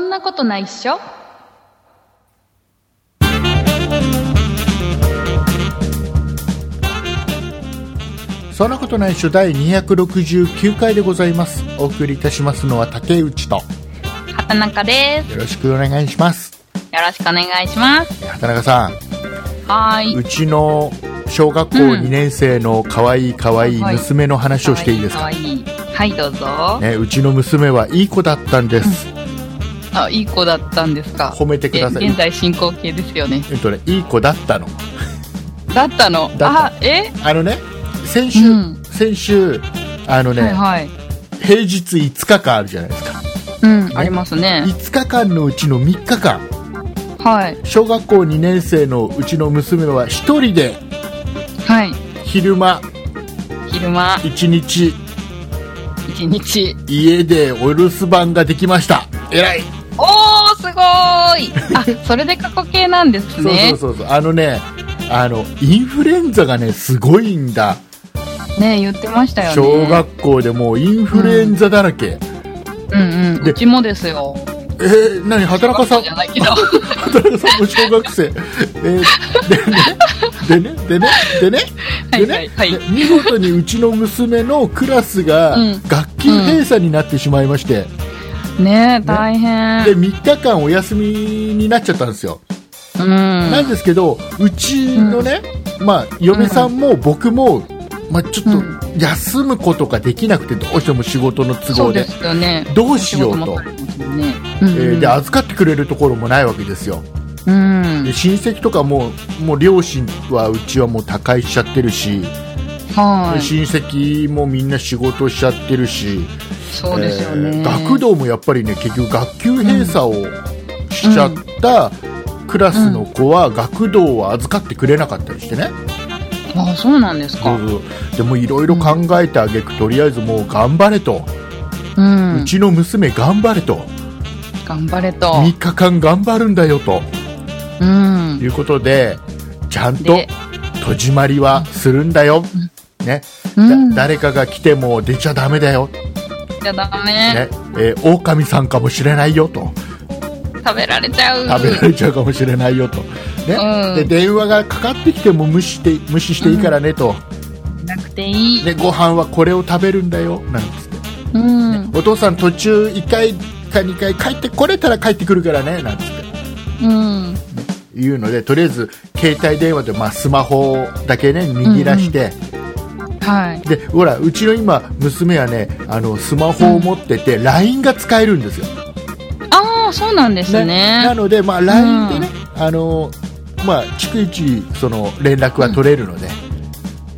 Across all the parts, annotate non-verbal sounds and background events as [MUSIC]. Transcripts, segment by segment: んなことないっしょそんなことないっしょ第269回でございますお送りいたしますのは竹内とよ畑中ですろしくお願いしますよろしくお願いします畑中さはーんいうちの小学校うん2年生の可愛い可愛いはい娘の話をしていいですかかわいいはいどうぞ、ね、うちの娘はいい子だったんです、あいい子だったんですか褒めてくださいえ現在進行形ですよねえっとねいい子だったのだったのだあっえあのね先週、うん先週あのね、はいはい平日5日間あるじゃないですかうん、ありますね5日間のうちの3日間はい小学校2年生のうちの娘は1人ではい昼間昼間1日一日家でお留守番ができましたえらい、おー [LAUGHS] すごーいあそれで過去形なんですそうねそうそうそうあのねあのインフルエンザがねすごいんだね言ってましたよね小学校でもうインフルエンザだらけ、うんうんでうちもですよえー、何畑中さんじゃないけど畑中さんも小学 [LAUGHS] 生えーでねでねでねでねはでいね、はいはいで見事にうちの娘のクラスがうん学級閉鎖になってしまいまして、ね大変で3日間お休みになっちゃったんですよ、うんなんですけどうちのね、まあ、嫁さんも僕も、まあ、ちょっうんと休むことができなくてどうしても仕事の都そう合でですよねどうしようとお仕事も取れますもんねうんえうんーで預かってくれるところもないわけですようんで親戚とかももう両親はうちはもう他界しちゃってるし、はい親戚もみんな仕事しちゃってるし、そうですよね、えー学童もやっぱりね結局学級閉鎖をしちゃったクラスの子は学童は預かってくれなかったりしてね、あそうなんですかそうそうでもいろいろ考えてあげくとりあえずもう頑張れと、ううんちの娘頑張れと頑張れと3日間頑張るんだよとうんいうことでちゃんとで戸締まりはするんだよ、ねうんだ誰かが来ても出ちゃダメだよ、じゃダメ、ねえー、狼さんかもしれないよと。食べられちゃう食べられちゃうかもしれないよと、ねうんで電話がかかってきても無視して無視していいからねと、なくていい、でご飯はこれを食べるんだよなんつって、うんお父さん途中1回か2回帰ってこれたら帰ってくるからねなんつってうん言うのでとりあえず携帯電話で、まあ、スマホだけね握らして、はいでほらうちの今娘はねあのスマホを持ってて、LINE が使えるんですよああそうなんですねなので、まあ、LINE でね、あのまあ、逐一その連絡は取れるので、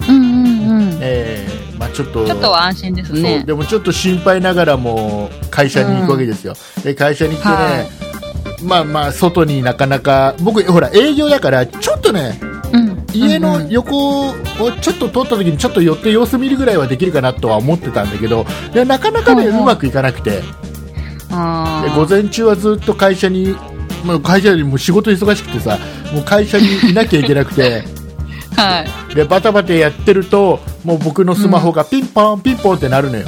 うんうんうんえーまあ、ちょっとちょっとは安心ですそうねでもちょっと心配ながらも会社に行くわけですよ、で会社に行ってね、はまあまあ外になかなか僕ほら営業だからちょっとねうん家うんのうん横をちょっと通った時にちょっと寄って様子見るぐらいはできるかなとは思ってたんだけどでなかなかうね、んううんまくいかなくてであー午前中はずっと会社にもう会社よりも仕事忙しくてさもう会社にいなきゃいけなく [LAUGHS] てはいでバタバタやってるともう僕のスマホがピンポンピンポンってなるのよ、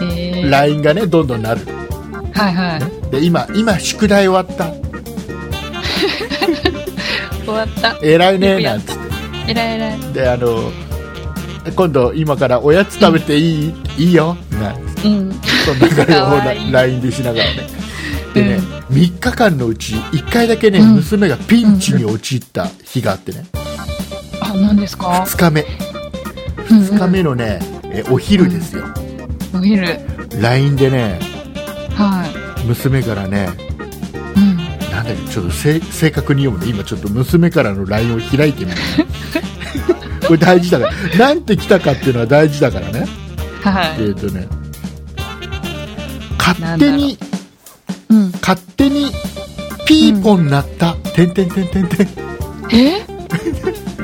えー、 LINE がねどんどんなるはいはい [LAUGHS] で今今宿題終わった終わった偉いよねくやなっんつっえらいえらいてであの今度今からおやつ食べていい、いいよなんつってうんそんな [LAUGHS] 会話をかわいい LINE でしながらねでね、うん3日間のうち1回だけね、うん娘がピンチに陥った日があってねあ何ですか2日目2日目のね、えお昼ですよ、お昼 LINE でねは娘からねいうんなんだっけちょっとせ正確に読むね今ちょっと娘からの LINE を開いてみるねこれ大事だからなんて来たかっていうのは大事だからねはえいーとね勝手にうん勝手にピーポンなった、てんてんてんてんてんえ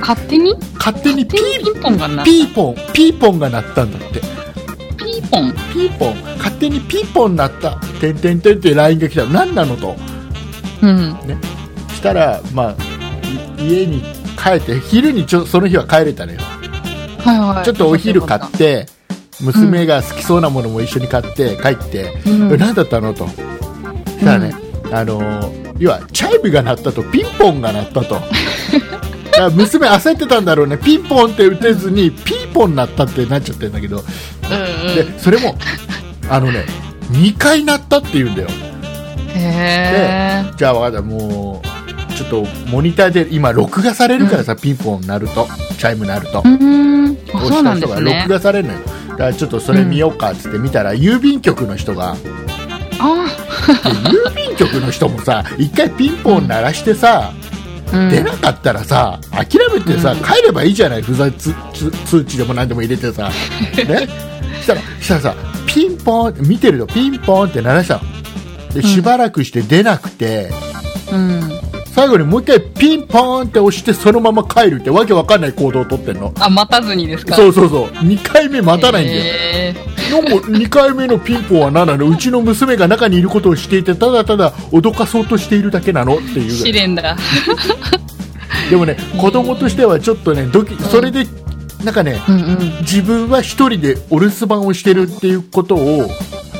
勝手に勝手にピ手にピンポンがなーピーポンピーポンが鳴ったんだってピーポンピーポン勝手にピーポンなったてんてんてんって LINE が来たの何なのとうんしたらまあい家に帰って昼にちょその日は帰れたのよはいはいちょっとお昼買って、娘が好きそうなものも一緒に買って帰って、うんえ何だったのと、たらね、あのー要はチャイムが鳴ったとピンポンが [LAUGHS] 鳴ったとだから娘焦ってたんだろうねピンポンって打てずにピーポン鳴ったってなっちゃってるんだけどうんうんでそれもあのね2回鳴ったって言うんだよへーじゃあ分かったもうちょっとモニターで今録画されるからさ、ピンポン鳴るとチャイム鳴ると、うんあ押そうしなたんで人がす録ね画されるのよだからちょっとそれ見ようかっつって見たら、郵便局の人が [LAUGHS] であ郵便局の人もさ一回ピンポン鳴らしてさ、うん出なかったらさ諦めてさ、うん帰ればいいじゃない不在つつ通知でも何でも入れて [LAUGHS] さねしたらしたらさピンポンって見てるとピンポンって鳴らしたのでしばらくして出なくて、うん最後にもう一回ピンポーンって押してそのまま帰るってわけわかんない行動をとってんのあ待たずにですかそううそうそう2回目待たないんだよ、へでも2回目のピンポンは何なのうちの娘が中にいることをしていてただただ脅かそうとしているだけなのってーいうぐ試ら練だいでもね子供としてはちょっとねドキそれでなんかねうんうん自分は一人でお留守番をしてるっていうことを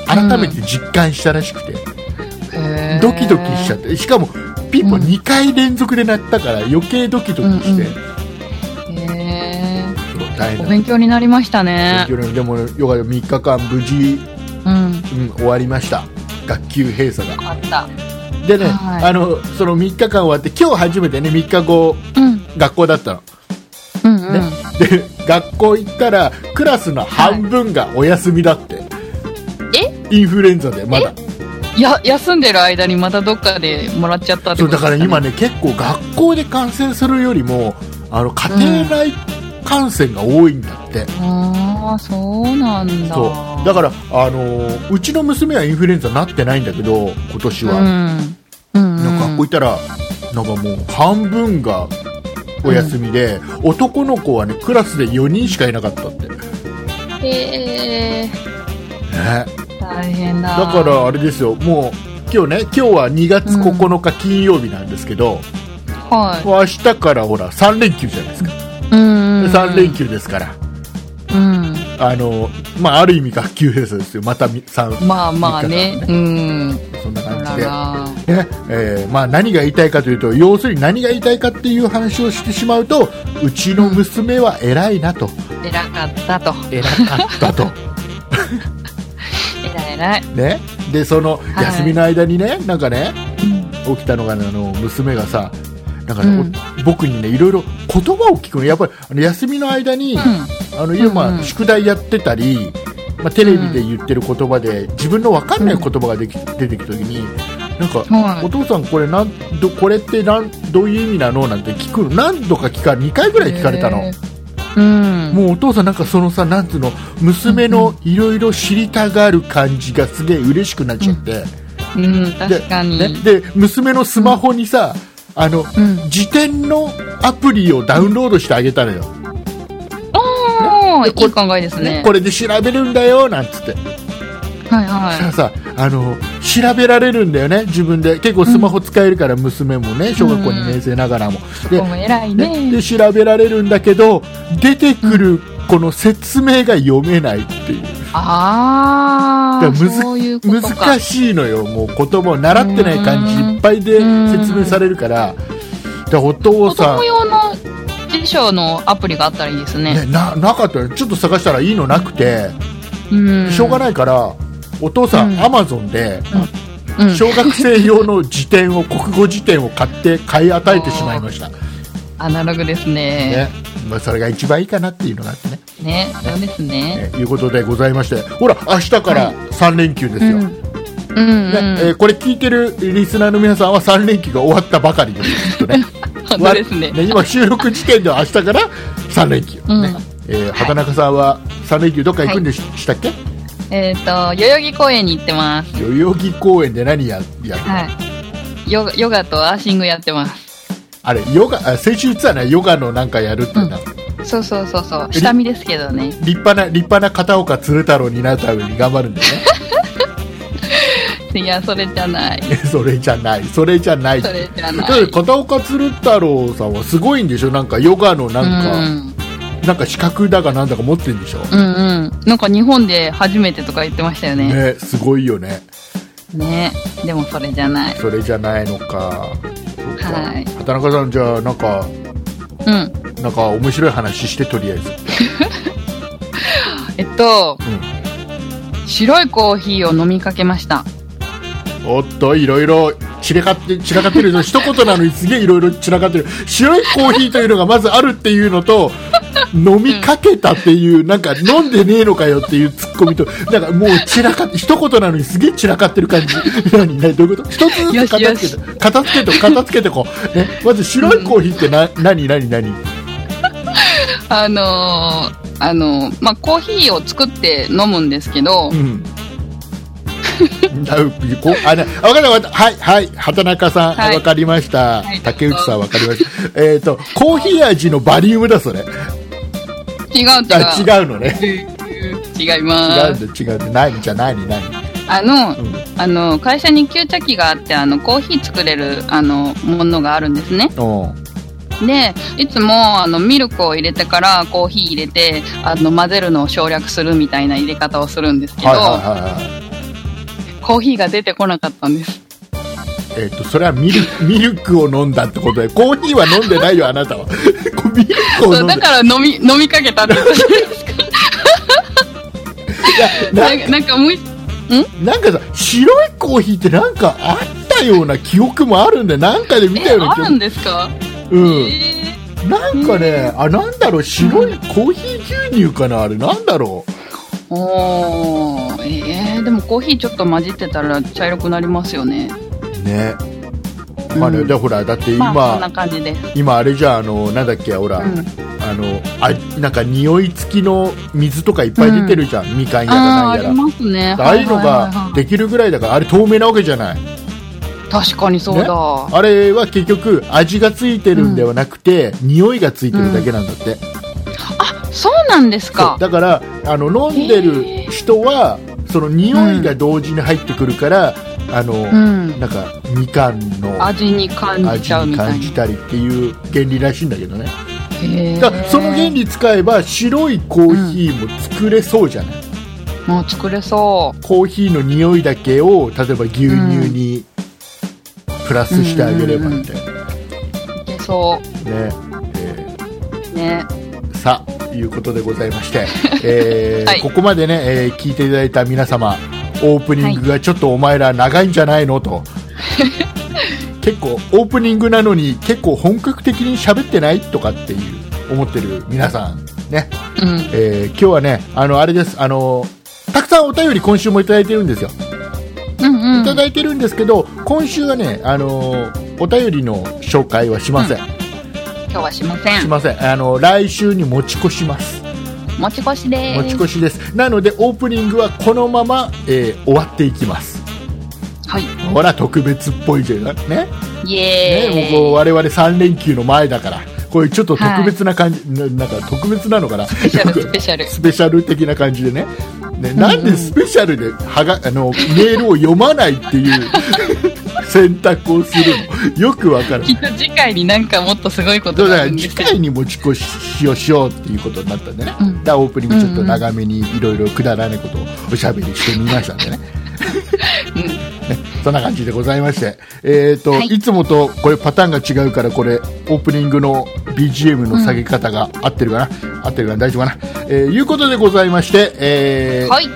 改めて実感したらしくて、へードキドキしちゃってしかもピンポうンん2回連続で鳴ったから余計ドキドキして、うんへーそう大変おだ勉強になりましたね勉強にでもよかった3日間無事、うんうん、終わりました学級閉鎖があったでね、はいあのその3日間終わって今日初めてね3日後うん学校だったのうんうん、ねで学校行ったらクラスの半分がお休みだって、インフルエンザでまだや休んでる間にまたどっかでもらっちゃったってそことうでだすかかね、ら今ね結構学校で感染するよりもあの家庭内感染が多いんだって、ああそうなんだそうだからあのーうちの娘はインフルエンザなってないんだけど今年は、うんうんうんなんか学校行ったら、なんかもう半分がお休みで、男の子はね、クラスで4人しかいなかったって。ね。ええだ大変だからあれですよ、もう、今日ね、今日は2月9日金曜日なんですけど、は明日からほら、3連休じゃないですか。いうんうん3連休ですから、うんあの、まあ、ある意味学級閉鎖ですよ。またみ三まあまあね三日うんそんな感じあで。らねえーまあ、何が言いたいかというと要するに何が言いたいかっていう話をしてしまうとうちの娘は偉いなと、ら偉かったと偉かったと、偉い偉いね、でそのい休みの間にね、なんかねうん起きたのがねあの娘がさなんかね、うんお僕にねいろいろ言葉を聞くのやっぱりあの休みの間に、あの今、うんうん宿題やってたり、まあ、テレビで言ってる言葉で自分の分かんない言葉ができ、出てきた時になんか、はいお父さんこれなんどこれってなんどういう意味なのなんて聞くの何度か聞か2回ぐらい聞かれたの。へーうんもうお父さんなんかそのさなんつうの娘のいろいろ知りたがる感じがすげえ嬉しくなっちゃって、うん確かに、ね、で娘のスマホにさ、あのうん辞典のアプリをダウンロードしてあげたのよ、ああでいいこれ考えですねこれで調べるんだよなんつって、はいはささあの調べられるんだよね自分で結構スマホ使えるから、娘もね小学校2年生ながらも、いでも偉いでねでで調べられるんだけど出てくるこの説明が読めないっていうああだからむずそういうことか難しいのよ、もう言葉を習ってない感じうんいっぱいで説明されるから、でお父子さん供、用の辞書のアプリがあったらいいですねね、ななかったよちょっと探したらいいのなくて、うんしょうがないから、お父さ、うんんアマゾンで、うん小学生用の辞典を、国語辞典を買って、買い与えてしまい [LAUGHS] ました、アナログですねねまあ、それが一番いいかなっていうのがあってね、ねそうですねえいうことでございまして、ほら、明日から3連休ですよ。うんうんねえーこれ聞いてるリスナーの皆さんは3連休が終わったばかりです、[LAUGHS] きっとね。本当ですねわ今収録時点では明日から3連休、ねうんえー畑中さんは3連休どっか行くんでし,、たっけえっと代々木公園に行ってます代々木公園で何ややる、はいヨガヨガとアーシングやってますあれヨガあ先週言ってたねヨガのなんかやるっていうのは、そうそうそうそう下見ですけどね立派な立派な片岡鶴太郎になるために頑張るん [LAUGHS] だよいやそれじゃないねそれじゃないそれじゃないそれじゃないだって片岡鶴太郎さんはすごいんでしょなんかヨガのなんか、うんなんか資格だかなんだか持ってるんでしょ、うんうんなんか日本で初めてとか言ってましたよねねすごいよねねでもそれじゃないそれじゃないのかはい畑中さんじゃあなんかうんなんか面白い話してとりあえずえっと、う白いコーヒーを飲みかけましたおっといろいろ散らかって散らかってる一言なのにすげえいろいろ散らかってる白いコーヒーというのがまずあるっていうのと飲みかけたっていう、なんか飲んでねえのかよっていうツッコミとなんかもう散らかって一言なのにすげえ散らかってる感じ何何どういうこと一つずつ片よ付けして片付けて片付けてこう、ね、まず白いコーヒーってな、何何何あのー、あのー、まあコーヒーを作って飲むんですけど、うん。 [LAUGHS] だうこあな分かった分かったはいはい畑中さん、はい分かりましはた、い竹内さん分かりましたえっ、とコーヒー味のバリウムだそれ違う違うあ違うのね違い違まうんす。だ違うんだ何じゃ何何あの、うんあの、会社に給茶器があって、あの、コーヒー作れる、あの、ものがあるんですね。おうで、いつも、あの、ミルクを入れてからコーヒー入れて、あの、混ぜるのを省略するみたいな入れ方をするんですけど、はいはいはいはいコーヒーが出てこなかったんです。えっ、とそれはミルミルクを飲んだってことでコーヒーは飲んでないよあなたは [LAUGHS] こうミルクをそ飲うんだだから飲み、 [LAUGHS] 飲みかけた [LAUGHS] って言ったじゃなないですか。なんか、もう一なんかさ白いコーヒーってなんかあったような記憶もあるんでなんかで見たえ、ようなあ記る憶んですか、うんえなんかね、あ、なんだろう、白いコーヒー牛乳かな、あれ、なんだろう。ー、おーえー、でもコーヒーちょっと混じってたら茶色くなりますよね。ね。まあね、うんで、ほら、だって今、まあ、そんな感じです。今あれじゃあ、あの、なんだっけ、ほら、うんあの、あ、なんか匂い付きの水とかいっぱい出てるじゃん、みかんやらああなんーやありら。ますね。ああいうのはいはいはができるぐらいだから、あれ透明なわけじゃないい。確かにそうだ。ねあれは結局、味がついてるんではなくて、匂いがついてるだけなんだって。そうなんですそかう。だからあの飲んでる人は、その匂いが同時に入ってくるから、あの、んなんかみかんの味味に感じちゃうにみた感いじたりっていう原理らしいんだけどねな。だからその原理。理使えば白いコーヒーも作れそうじゃない、もう作れそコーヒーの匂いだけを例えば牛乳にプラスしてあげればみたいな、う。いけそね、えーう。ね。さあということでございま [LAUGHS] して、えーはいここまでね、えー聞いていただいた皆様オープニングがちょっとお前ら長いんじゃない [LAUGHS] のと、結構オープニングなのに結構本格的に喋ってないとかっていう思ってる皆さんね、うん。えー今日はねあのあれですあのたくさんお便り今週もいただいてるんですようんういん。ただいてるんですけど今週はねあのお便りの紹介はしません、今日はしませしん。ませんあの来週に持ち越します持ち越しで持す。ち越しですなのでオープニングはこのまま、えー終わっていきますはい。ほら特別っぽいじゃないねイねエーイ。もうこう我々3連休の前だからこういうちょっと特別な感じ、ななんか特別なのかなスペシャル、スよくペシャル。スペシャル的な感じでねねなんでスペシャルではがあのメールを読まないっていう選択をするのよくわかるきっと次回になんかもっとすごいこだとかがあらるんで次すけど。回に持ち越しをしようっていうことになったんでね、うんだからオープニングちょっと長めにいろいろくだらないことをおしゃべりしてみましたんでねうんねそんな感じでございまして、えーと、はいいつもとこれパターンが違うからこれオープニングの BGM の下げ方が合ってるかな、合ってるかな大丈夫かな、えーいうことでございまして、えーはい。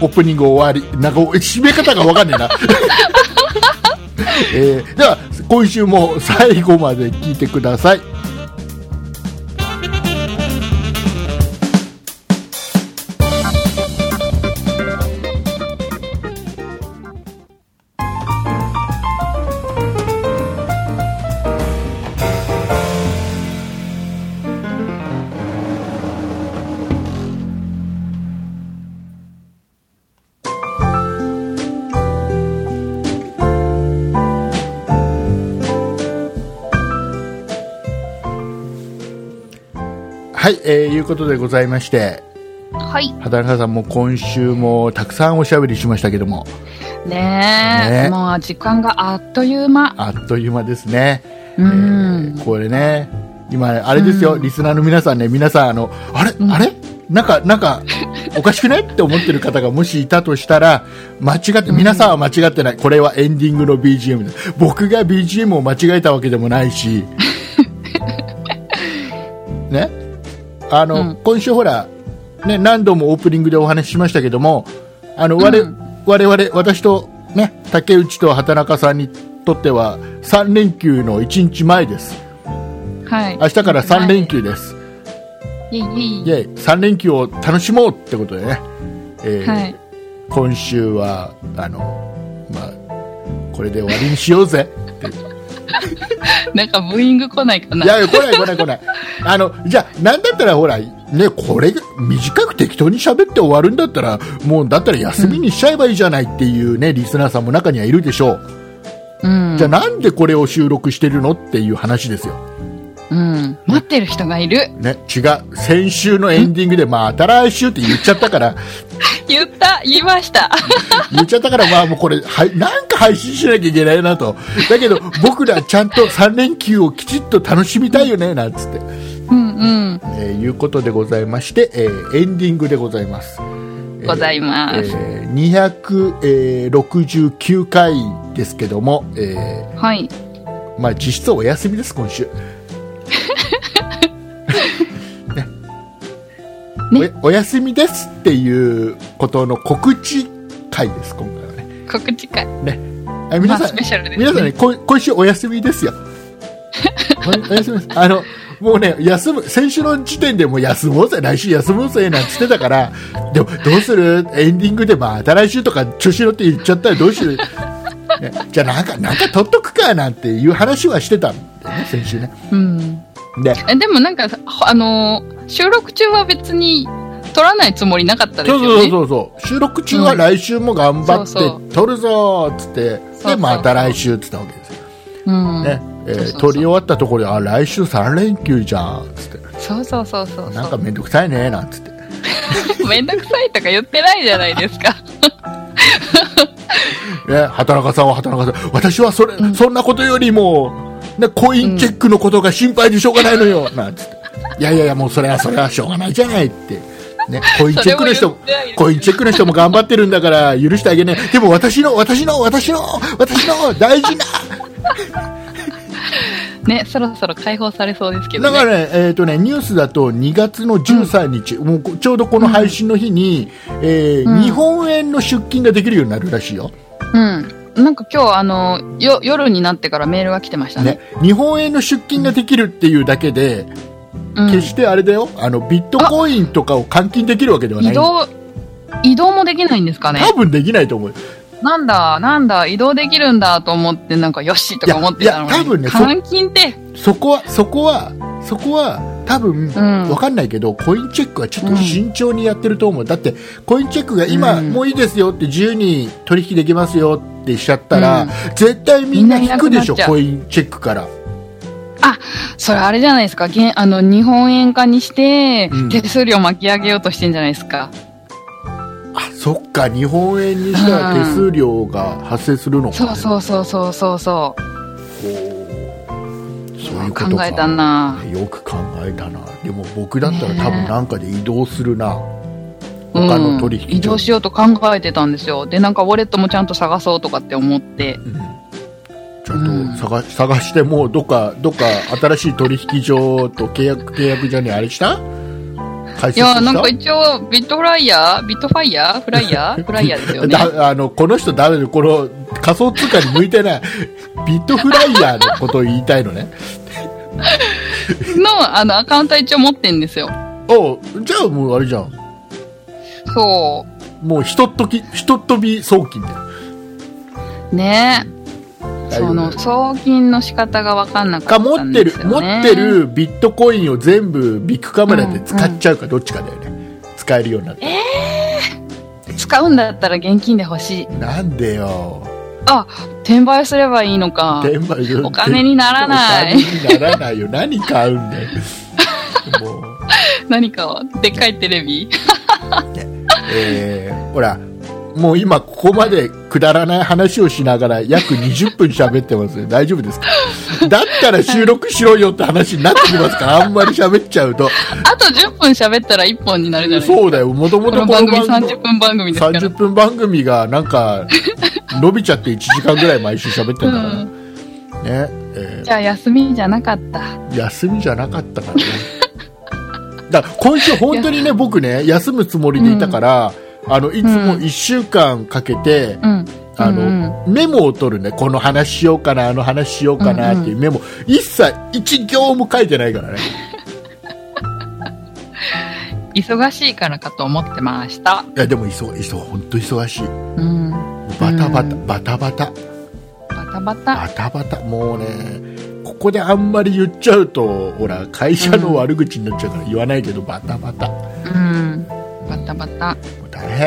オープニング終わり、なんか締め方がわかんねえな。 [LAUGHS] えーでは、今週も最後まで聞いてください。はい、えーいうことでございまして、はい。畑中さんも今週もたくさんおしゃべりしましたけども、ねねえ。もう時間があっという間。あっという間ですね。うえん。ーこれね、今、あれですよ、リスナーの皆さんね、皆さん、あの、あれ、あれなんか、なんか、おかしくないって思ってる方がもしいたとしたら間違って皆さんは間違ってない、これはエンディングの BGM だ僕が BGM を間違えたわけでもないしねあの、うん今週ほら、ね、何度もオープニングでお話ししましたけどもあの我,、うん我々私と、ね、竹内と畑中さんにとっては3連休の1日前ですはい。明日から3連休です、イェイイイェイ。ェイ3連休を楽しもうってことでね、えーはい。今週はあの、まあ、これで終わりにしようぜなんかブーイング来ないかいな。やいや来ない来ない来 [LAUGHS] ないあのじゃあなんだったらほらねこれ短く適当に喋って終わるんだったらもうだったら休みにしちゃえばいいじゃないっていうね、リスナーさんも中にはいるでしょう、うんじゃあ。なんでこれを収録してるのっていう話ですようん。待ってる人がいる。ね違う先週のエンディングでまた来週って言っちゃっ [LAUGHS] たから言った言いました。言っちゃったから、まあもうこれ、はい、なんか配信しなきゃいけないなと。だけど、僕らちゃんと3連休をきちっと楽しみたいよね、なんつって、うんうん。えーいうことでございまして、えーエンディングでございます。ございます。えー269回ですけども、えはい。ーまあ実質お休みです、今 [LAUGHS] 週。ねねおお休みですっていうことの告知会です、今回はね。告知会。あま皆あ、さんス、ペシャルです、ね。皆さんね、こ今週お休み [LAUGHS] ですよ。おお休みです。あの、もうね、休む、先週の時点でもう休もうぜ、来週休もうぜ、なんつってたから、でも、どうするエンディングで、まあ、来週とか調子乗って言っちゃったらどうしよう。ね、じゃあ、なんか、なんか取っとくか、なんていう話はしてたんだよね、先週ね。うん。で、え、でもなんか、あのー収録中は別に撮らないつもりなかったですそようね。そうそうそう、収録中は来週も頑張そうそって、取るぞーっつって、そうそで、うまた来週って言ったわけですよ。うん。ね、えーそうそうそう撮り終わったところで、あ、来週3連休じゃん、つって。そうそうそうそう。なんかめんどくさいねなんつってめんどくさいとか言ってないじゃないです [LAUGHS] か。ね畑中さんは畑中さん私はそれ、そんなことよりも、ね、コインチェックのことが心配でしょうがないのよ、なんつっていやいやいやもうそれはそれはしょうがないじゃないって、ね、コインチェックの人もそれは言ってないですコインチェックの人も頑張ってるんだから許してあげないでも私の私の私の私の大事なね、そろそろ解放されそうですけどだね。からね、えーとね、ニュースだと2月の13日、もうこちょうどこの配信の日に、えーうん日本円の出金ができるようになるらしいよ。うん。なんか今日、あの、よ、夜になってからメールが来てましたね。ね、日本円の出金ができるっていうだけで、うん決してあれだよあのビットコインとかを換金できるわけではな移い動、移動もできないんですかね多分できないと思うなんだ、なんだ、移動できるんだと思って、なんかよしとか思ってたのに。いやいや多分ねそ換金って、そこはそこはそこは多分、んわかんないけどコインチェックはちょっと慎重にやってると思う、だってコインチェックが今、うんもういいですよって自由に取引できますよってしちゃったら、うん絶対みんな引くでしょみんななくなっちゃうコインチェックからそれあれじゃないですか。現あの、日本円化にしてうん、手数料巻き上げようとしてんじゃないですか。あそっか日本円にしたら手数料が発生するのか、そうそうそうそうそうそう。おーそういうこと考かえたなよく考えたなでも僕だったら多分なんかで移動するな、他うんの取引所、移動しようと考えてたんですよ。で、なんかウォレットもちゃんと探そうとかって思って。うんちゃんと探,、探してもうどっかどっか新しい取引所と契約契約所にあれした解説いしたや、なんか一応、ビットフライヤービットファイヤーフライヤ [LAUGHS] ーフライヤーですよね。だあのこの人ダメでこの仮想通貨に向いてない [LAUGHS] ビットフライヤーのことを言いたいのねの、あの、アカウントは一応持ってんですよ。おうじゃあもうあれじゃんそもうひとっときひとっ飛び送金だよう。ね大丈夫その、送金の仕方がわかんなかかっ持たっんてでるすよ、ね。持って。るビットコインを全部ビッグカメラで使っちゃうかどっちかだよね、使えるようになって使うんだったら現金で欲しい。なんでよあ、転売すればいいのか。転売お金にならないお金にならないよ何買う [LAUGHS] んだよもう、何かをでっかいテレビえーほらもう今ここまでくだらない話をしながら約20分喋ってますね。大丈夫ですかだったら収録しろよって話になってきますから、あんまり喋っちゃうと。 [LAUGHS] あと10分喋ったら1本になるじゃないですか。そうだよ。もともことの番組30分番組ですから。 30分番組がなん [LAUGHS] か伸びちゃって1時間ぐらい毎週喋ってんだから、うね、えじゃあ休みじゃなかった。ー休みじゃなかったからねだから今週本当にね僕ね休むつもりでいたから、あのいつも1週間かけて、うん。あうんのメモを取るねこの話しようかなあの話しようかなっていうメモ、一切一行も書いてないからね忙しいからかと思ってました。いやでも忙忙本当忙しいうん。バタバうタ、んバタバタバタバタ。バタバタもうねここであんまり言っちゃうとほら会社の悪口になっちゃうから言わないけど、バタバタもうん。バタバタ。う大変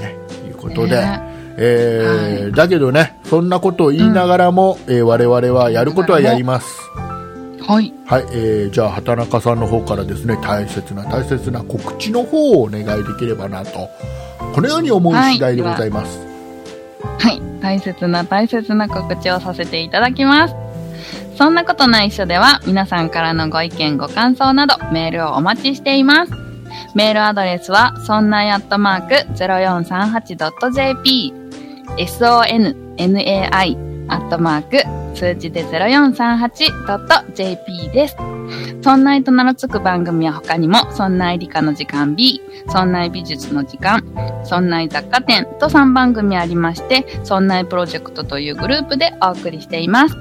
ねいうことで、ねえーだけどねそんなことを言いながらも、えー我々はやることはやりますはい。はい、えーじゃあ畑中さんの方からですね大切な大切な告知の方をお願いできればなとこのように思う次第でございます、はい。大切な大切な告知をさせていただきます。そんなことないっしょでは、皆さんからのご意見、ご感想など、メールをお待ちしています。メールアドレスは、そんないアットマーク 0438.jp、sonnai アットマーク数字で 0438.jp です。そんないと名の付く番組は他にも、そんない理科の時間 B、そんない美術の時間、そんない雑貨店と3番組ありまして、そんないプロジェクトというグループでお送りしています。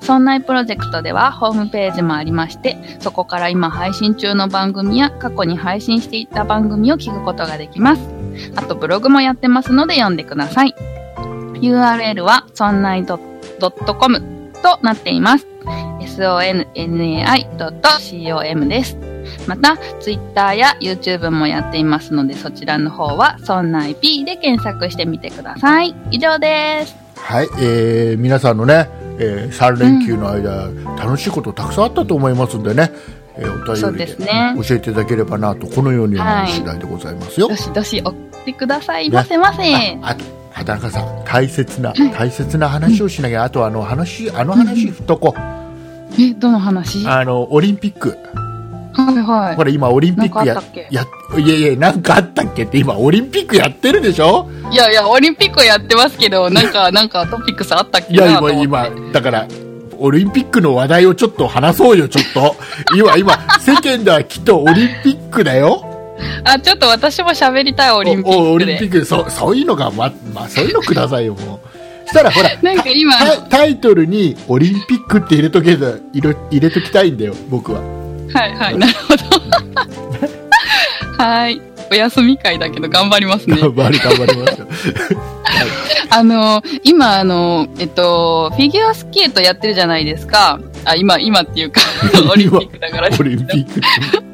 そんないプロジェクトではホームページもありまして、そこから今配信中の番組や過去に配信していた番組を聞くことができます。あとブログもやってますので読んでください。URL はそんない .com となっています。sonnai.com です。また、Twitter や YouTube もやっていますので、そちらの方は、そんな IP で検索してみてください。以上です。はい、えー皆さんのね、え3連休の間、楽しいことたくさんあったと思いますんでね、えーおそう便りでですね教えていただければなとこのように思う次第でございますよ、どしどし送ってくださいませませ。ああと畑中さん大切な大切な話をしなきゃ、あとあの話あの話振っとこう、え、どの話はあのオリンピックいはほら今オリンピックなんかあやったっけやいやいやなんかあったっけって今オリンピックやってるでしょい。いやいや、オリンピックやってますけど、なんか、なんかトピックスあったっけいやなと今思って。今だからオリンピックの話題をちょっと話そうよちょっと [LAUGHS] 今今世間ではきっとオリンピックだよあ、ちょっと私も喋りたい、オオリンピオックリンピで。ックそそういうのがま、まそういうのくださいよもうしたらほらなんか今、タイタイトルにオリンピックって入れとけた入れ入れときたいんだよ僕ははいはい、なるほど。[LAUGHS] はい。お休み会だけど頑張りますね。頑張り頑張 [LAUGHS] りますよあの、今、あの、えっと、フィギュアスケートやってるじゃないですか。あ、今、今って [LAUGHS] いうか、オリンピックだからねオリンピックって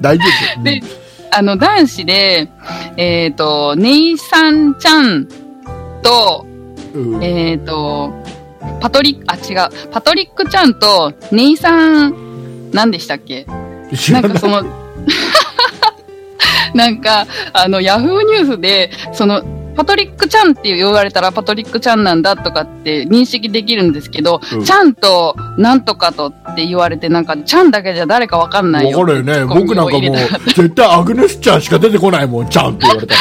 大丈夫で、あの、男子で、えっ、と、ネイサン・チャンと、うんうんえっ、と、パトリック、あ、違う、パトリック・チャンと、ネイサン、何でしたっけ知ならんかその、 [LAUGHS] なんか、あの、ヤフーニュースで、その、パトリックちゃんって言われたらパトリックちゃんなんだとかって認識できるんですけど、うんちゃんとなんとかとって言われて、なんかちゃんだけじゃ誰かわかんないよ。わかるよね。ツッコミを僕なんかも入れたう、絶対アグネスちゃんしか出てこないもん、ちゃんって言われたら。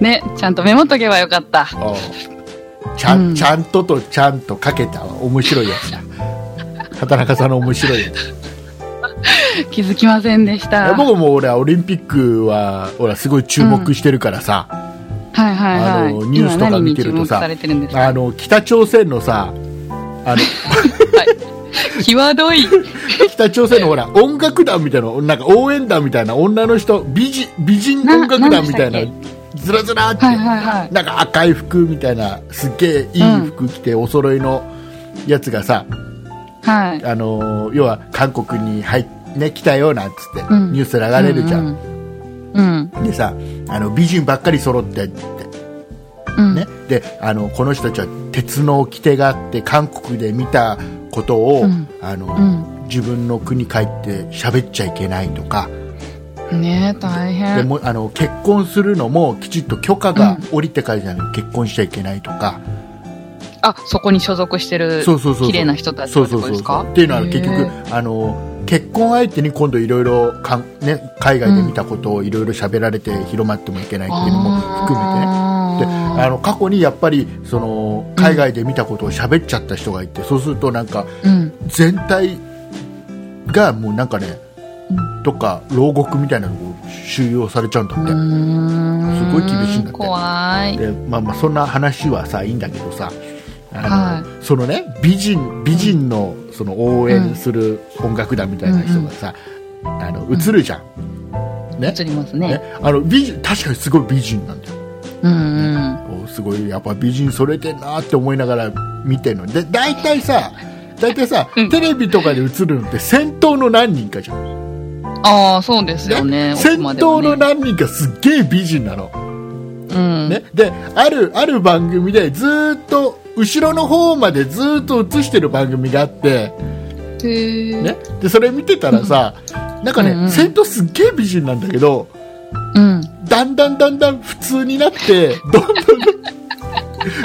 ね、ちゃんとメモっとけばよかった。 [LAUGHS] ああちゃん、うんちゃんととちゃんとかけたわ面白いや [LAUGHS] つだ。畑中さんの面白いやつ。気づきませんでした。はい僕も俺はオリンピックは、ほら、すごい注目してるからさ、はいはあい。のニュースとか見てるとさ今何に注目されてるんですかあの、北朝鮮のさ、 [LAUGHS] あの、際ど [LAUGHS] い。北朝鮮のほら、音楽団みたいな、なんか応援団みたいな、女の人、美人、美人音楽団みたいなななんで、ずらずらって、はいはいはい。なんか赤い服みたいな、すっげえいい服着て、お揃いのやつがさ、はい。あのー要は韓国に入っね、来たよなんつって、うんニュース流れるじゃん、うんうん。でさあの美人ばっかり揃ってって、うん。うんね。であのこの人たちは鉄の掟があって韓国で見たことを、うんあのうん自分の国帰って喋っちゃいけないとかねえ、大で変。もあの結婚するのもきちっと許可が下りてからじゃない、結婚しちゃいけないとかあ、そこに所属してる、そうそうそうそう綺麗な人たちってそうこそうとそうですかっていうのは結へ局えあの結婚相手に今度いろいろかん、ね、海外で見たことをいろいろ喋られて広まってもいけないっていうのも含めてね。であの過去にやっぱりその海外で見たことを喋っちゃった人がいて、そうするとなんかあーうん。全体がもうなんかね、うどっか牢獄みたいなとこ収容されちゃうんだって、すすごい厳しいんだって怖い。でまあ、まあそんな話はさいいんだけどさあの、はそのね美人美人のその応援する音楽団みたいな人がさ、あの映るじゃん、ね映りますね。ねあの美人確かにすごい美人なんだようんおすごいやっぱ美人それてんなって思いながら見てるので大体さ大体さ、うんテレビとかで映るのって先頭の何人かじゃん、うん。ああ、そうですよね。先奥までは頭ねの何人かすっげえ美人なの、うん。ね、であるある番組でずーっと後ろの方までずーっと映してる番組があって、へえ。ね、でそれ見てたらさ、なんかね、うんうん先頭すっげえ美人なんだけどうん。だんだんだんだん普通になってどんど [LAUGHS] ん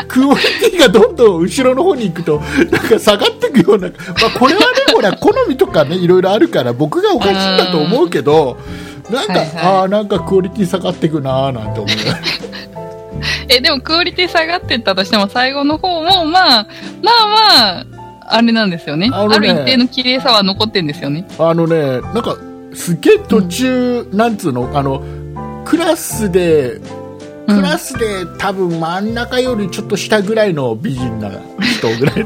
クオリティがどんどん後ろの方に行くとなんか下がっていくような、まあ、これはねほ [LAUGHS] ら好みとかねいろいろあるから僕がおかしいんだと思うけど。なんか、はいはいああーなんかクオリティ下がっていくなーなんて思うえ、でもクオリティ下がってったとしても、最後の方も、まあ、まあまあ、あれなんですよね。ああのるね一定の綺麗さは残ってんですよね。あのね、なんか、すげえ途中、なんつうの、あの、クラスで、うんクラスで、多分真ん中よりちょっと下ぐらいの美人な人ぐ [LAUGHS] らい。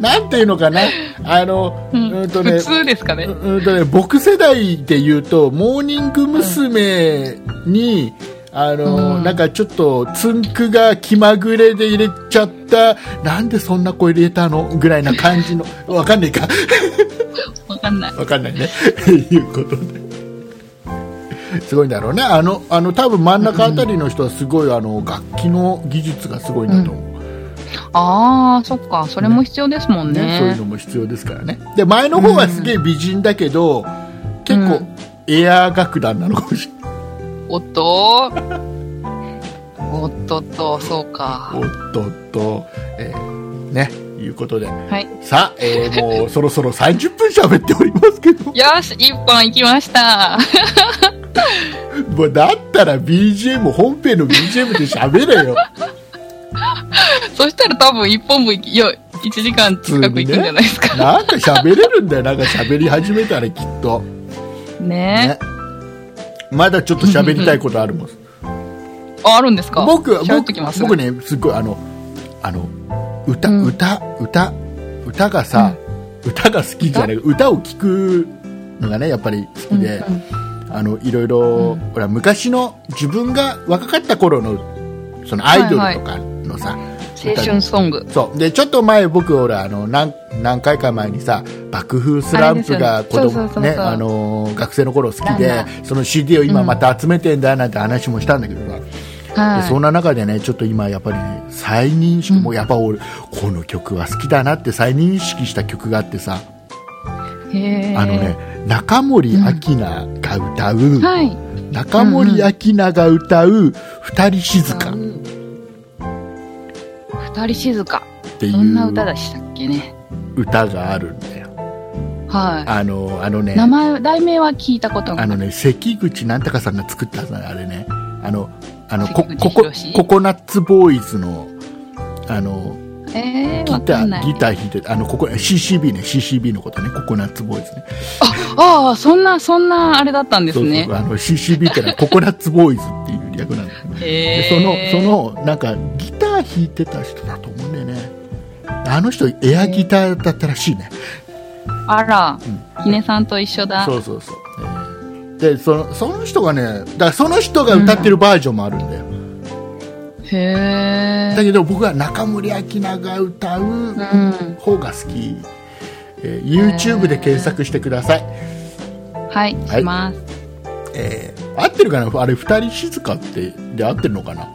なんていうのかな、あの、ううんーんとね普、通ですかねう。ーんとね、僕世代で言うと、モーニング娘。に、あの、うんなんかちょっと、つんくが気まぐれで入れちゃった、なんでそんな子入れたのぐらいな感じの、わかんないか。わかんない。わかんないね。 [LAUGHS] いうことで。すごいんだろうね。あの、あの、多分真ん中あたりの人はすごい、あの、楽器の技術がすごいんだと思う。ああ、そっか。それも必要ですもんね。ね、そういうのも必要ですからね。で、前の方はすげえ美人だけど、結構、エアー楽団なのかもしれない。おっとおっとっと、そうか。おっとっと、えーね、いうことで。はい。さあ、えー [LAUGHS] もうそろそろ30分喋っておりますけど、よし、一本行きました。 [LAUGHS] もうだったら BGM、本編の BGM で喋れよ。そしたら多分一本も行き、いや、1時間近く行くんじゃないですか。なんか喋れるんだよ、なんか喋り始めたらきっと。ねね。まだちょっと喋りたいことあ [LAUGHS] るもん。あ、あるんですか僕は、喋っ僕ときます僕ね、すごい、あの、あの、歌、うん歌、歌、歌がさ、歌が好きじゃない、歌を聴くのがね、やっぱり好きで、あの、いろいろ、うんほら、昔の自分が若かった頃の、そのアイドルとかのさ、青春ソング。そうでちょっと前僕ほらあの何何回か前にさ爆風スランプあがれです子よねそうそうそうそ供うねあのー学生の頃好きなでんその CD を今うんまた集めてんだなんて話もしたんだけどさ、でそはんな中でねちょっと今やっぱりね再認識、もうやっぱ俺この曲は好きだなって再認識した曲があってさい。へーあのね。中森明菜が歌う、はい。中森明菜が歌う「二人静か」っ二人静か。ていどんな歌うでしたっけね。歌があるんだよ。はあのあのい。ね名前、題名は聞いたことがあのね、関口なんたかさんが作ったはずなのあれね。あの、あの、こ、関口ここ宏、ココナッツボーイズの、あの、えー、ギわタかんなー、ギい。ター弾いてる、あの、ここ、CCB ね、CCB のことね、ココナッツボーイズね。ああ、そんな、そんな、あれだったんですねそう。そうあの、CCB からココナッツボーイズっていう略なんだけど、ねへでーその、その、なんか、ギター弾いてた人だと思うんだよね。あの人、エアギターだったらしいね。あらうん、ひねさんと一緒だ。そうそうそう。えーで、その、その人がね、だからその人が歌ってるバージョンもあるんだよ。へだえ。けど僕は中森明菜が歌ううん。方が好き、えー YouTube で検索してください、はい、します。えー合ってるかなあれ二人静かってで合ってるのかな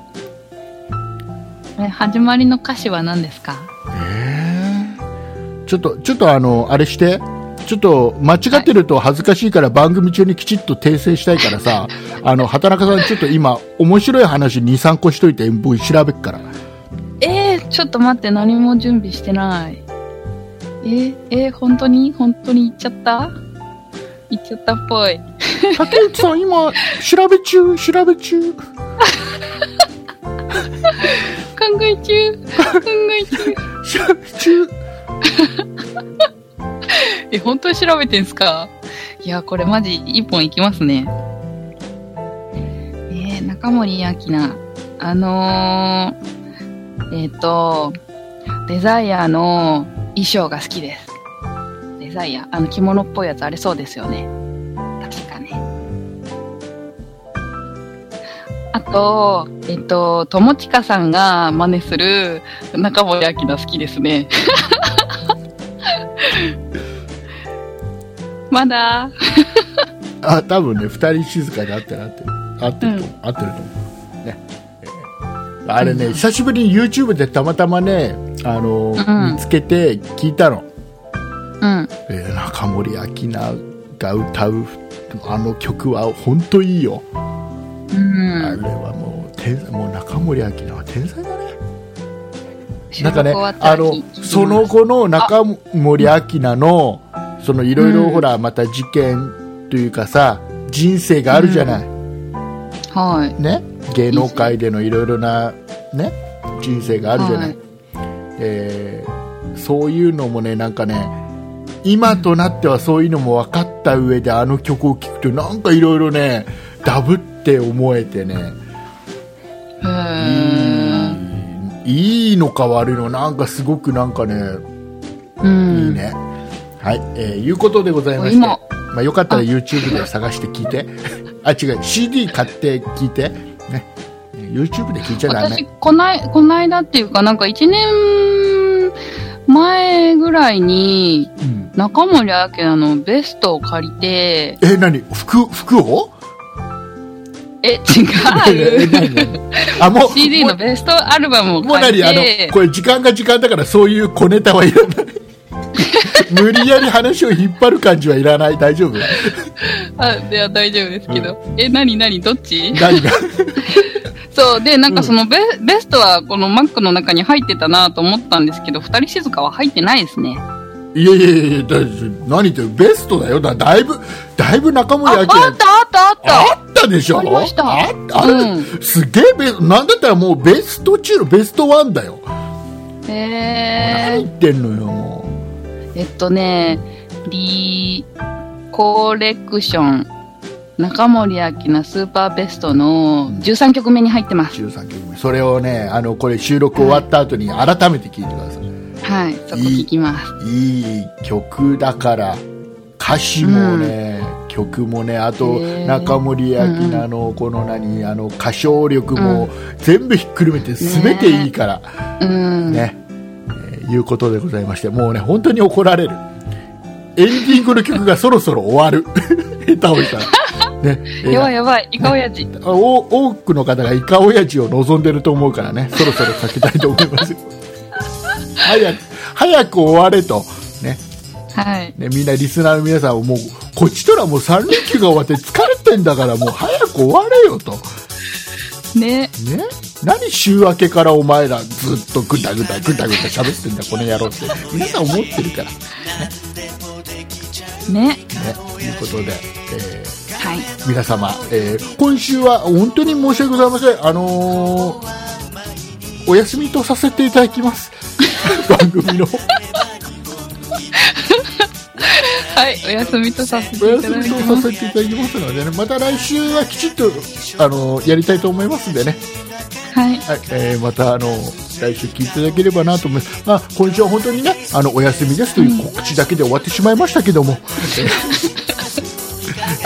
え、始まりの歌詞は何ですかえーちょっとちょっとあのあれしてちょっと間違ってると恥ずかしいから番組中にきちっと訂正したいからさ、 [LAUGHS] あの、畑中さんちょっと今、面白い話2、3個しといて、僕調べっから。えー、ちょっと待って、何も準備してない。えー、えー、本当に本当に行っちゃった行っちゃったっぽい。竹内さん今、調べ中、調べ中。考え中考え中調べ中。え、本当に調べてんすかいや、これマジ一本いきますね。えー、中森明菜。あのー、えっ、と、デザイアの衣装が好きです。デザイア、あの着物っぽいやつあれそうですよね。確かね。あと、えっ、と、友近さんが真似する中森明菜好きですね。まだあ、多分ね、二人静かに会ってる、会ってる。会ってると思う。会ってると思う。ね。えーあれね、久しぶりに YouTube でたまたまね、あのー、うん見つけて聞いたの。うん。えー中森明菜が歌うあの曲は本当いいよ、あうれん。はもう天才もう中森明菜は天才だね収なん録かね終わったらあの聞きますその後の中森明菜のそのいろいうろんほらまた事件というかさ人生があるじゃない、はい。ね芸能界でのいろいろなね人生があるじゃない、はいえーそういうのもねなんかね今となってはそういうのも分かった上であの曲を聴くとなんかいろいろねダブって思えてねへーいいのか悪いのなんかすごくなんかねういいん。ね、はい、えーいうことでございまして、今まあ、よかったら YouTube で探して聞い [LAUGHS] てあ違う CD 買って聞いてね YouTube で聞いちゃダメ私、こない、こないだっていうか、なんか一年前ぐらいに、うん中森明菜のベストを借りて、え何服服をえ、違 [LAUGHS] えう。何何あもう CD もうのベストアルバムをもう借り何あのて、これ時間が時間だからそういう小ネタはいら [LAUGHS] ない無理やり話を引っ張る感じはいらない大丈夫あ、では大丈夫ですけど。え、なになにどっち何がそう、で、なんかそのベ,、ベストはこのマックの中に入ってたなと思ったんですけど、二人静かは入ってないですね。いやいやいやだ何言ってるベストだよだだいぶだいぶ中森あ、あ明ったあ菜ったあったあったでしょありましたああるうんすげえベなんだったらもうベスト中のベストワンだよ、え何言ってんのよもー、えっとね、リコレクション、中森明菜スーパーベストの13曲目に入ってまうす。 13曲目それをねあのこれ収録終わった後に改めて聞いてください、はい、そこ聞きます。いい曲だから歌詞もね、曲もねあとへー中森明菜のこの何、あの歌唱力も全部ひっくるめて全ていいからうん。ねえーいうことでございましてもうね本当に怒られるエンディングの曲がそろそろ終わる [LAUGHS] 下手をしたら、ねえーやばいやばい、イカオヤジ。お多くの方がイカオヤジを望んでると思うからねそろそろかけたいと思います早く早く終われとねはい。ね、みんなリスナーの皆さんももうこっちとらもう3連休が終わって疲れてんだからもう早く終われよと、ね、ね、何週明けからお前らずっとぐだぐだぐだぐだ喋ってんだこの野郎って皆さん思ってるからねね、ということで、えーはい。皆様、えー今週は本当に申し訳ございませんあのーお休みとさせていただきます [LAUGHS] 番組のはい、お休みとさせておいた休だみきとます。させていただきますのでねまた来週はきちっとあのーやりたいと思いますんでねはい。はいえーまたあの来週聞いていただければなと思います、まあ、今週は本当にねあのお休みですという告知だけで終わってしまいましたけ [LAUGHS] ども、えー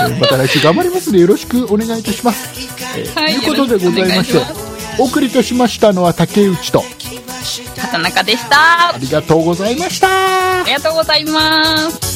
えーまた来週頑張りますのでよろしくお願いいたします、えーはいということでございましてよろしくお願いお送りいたしましたのは竹内と畑中でした。あありがとうございましたりがとうございます。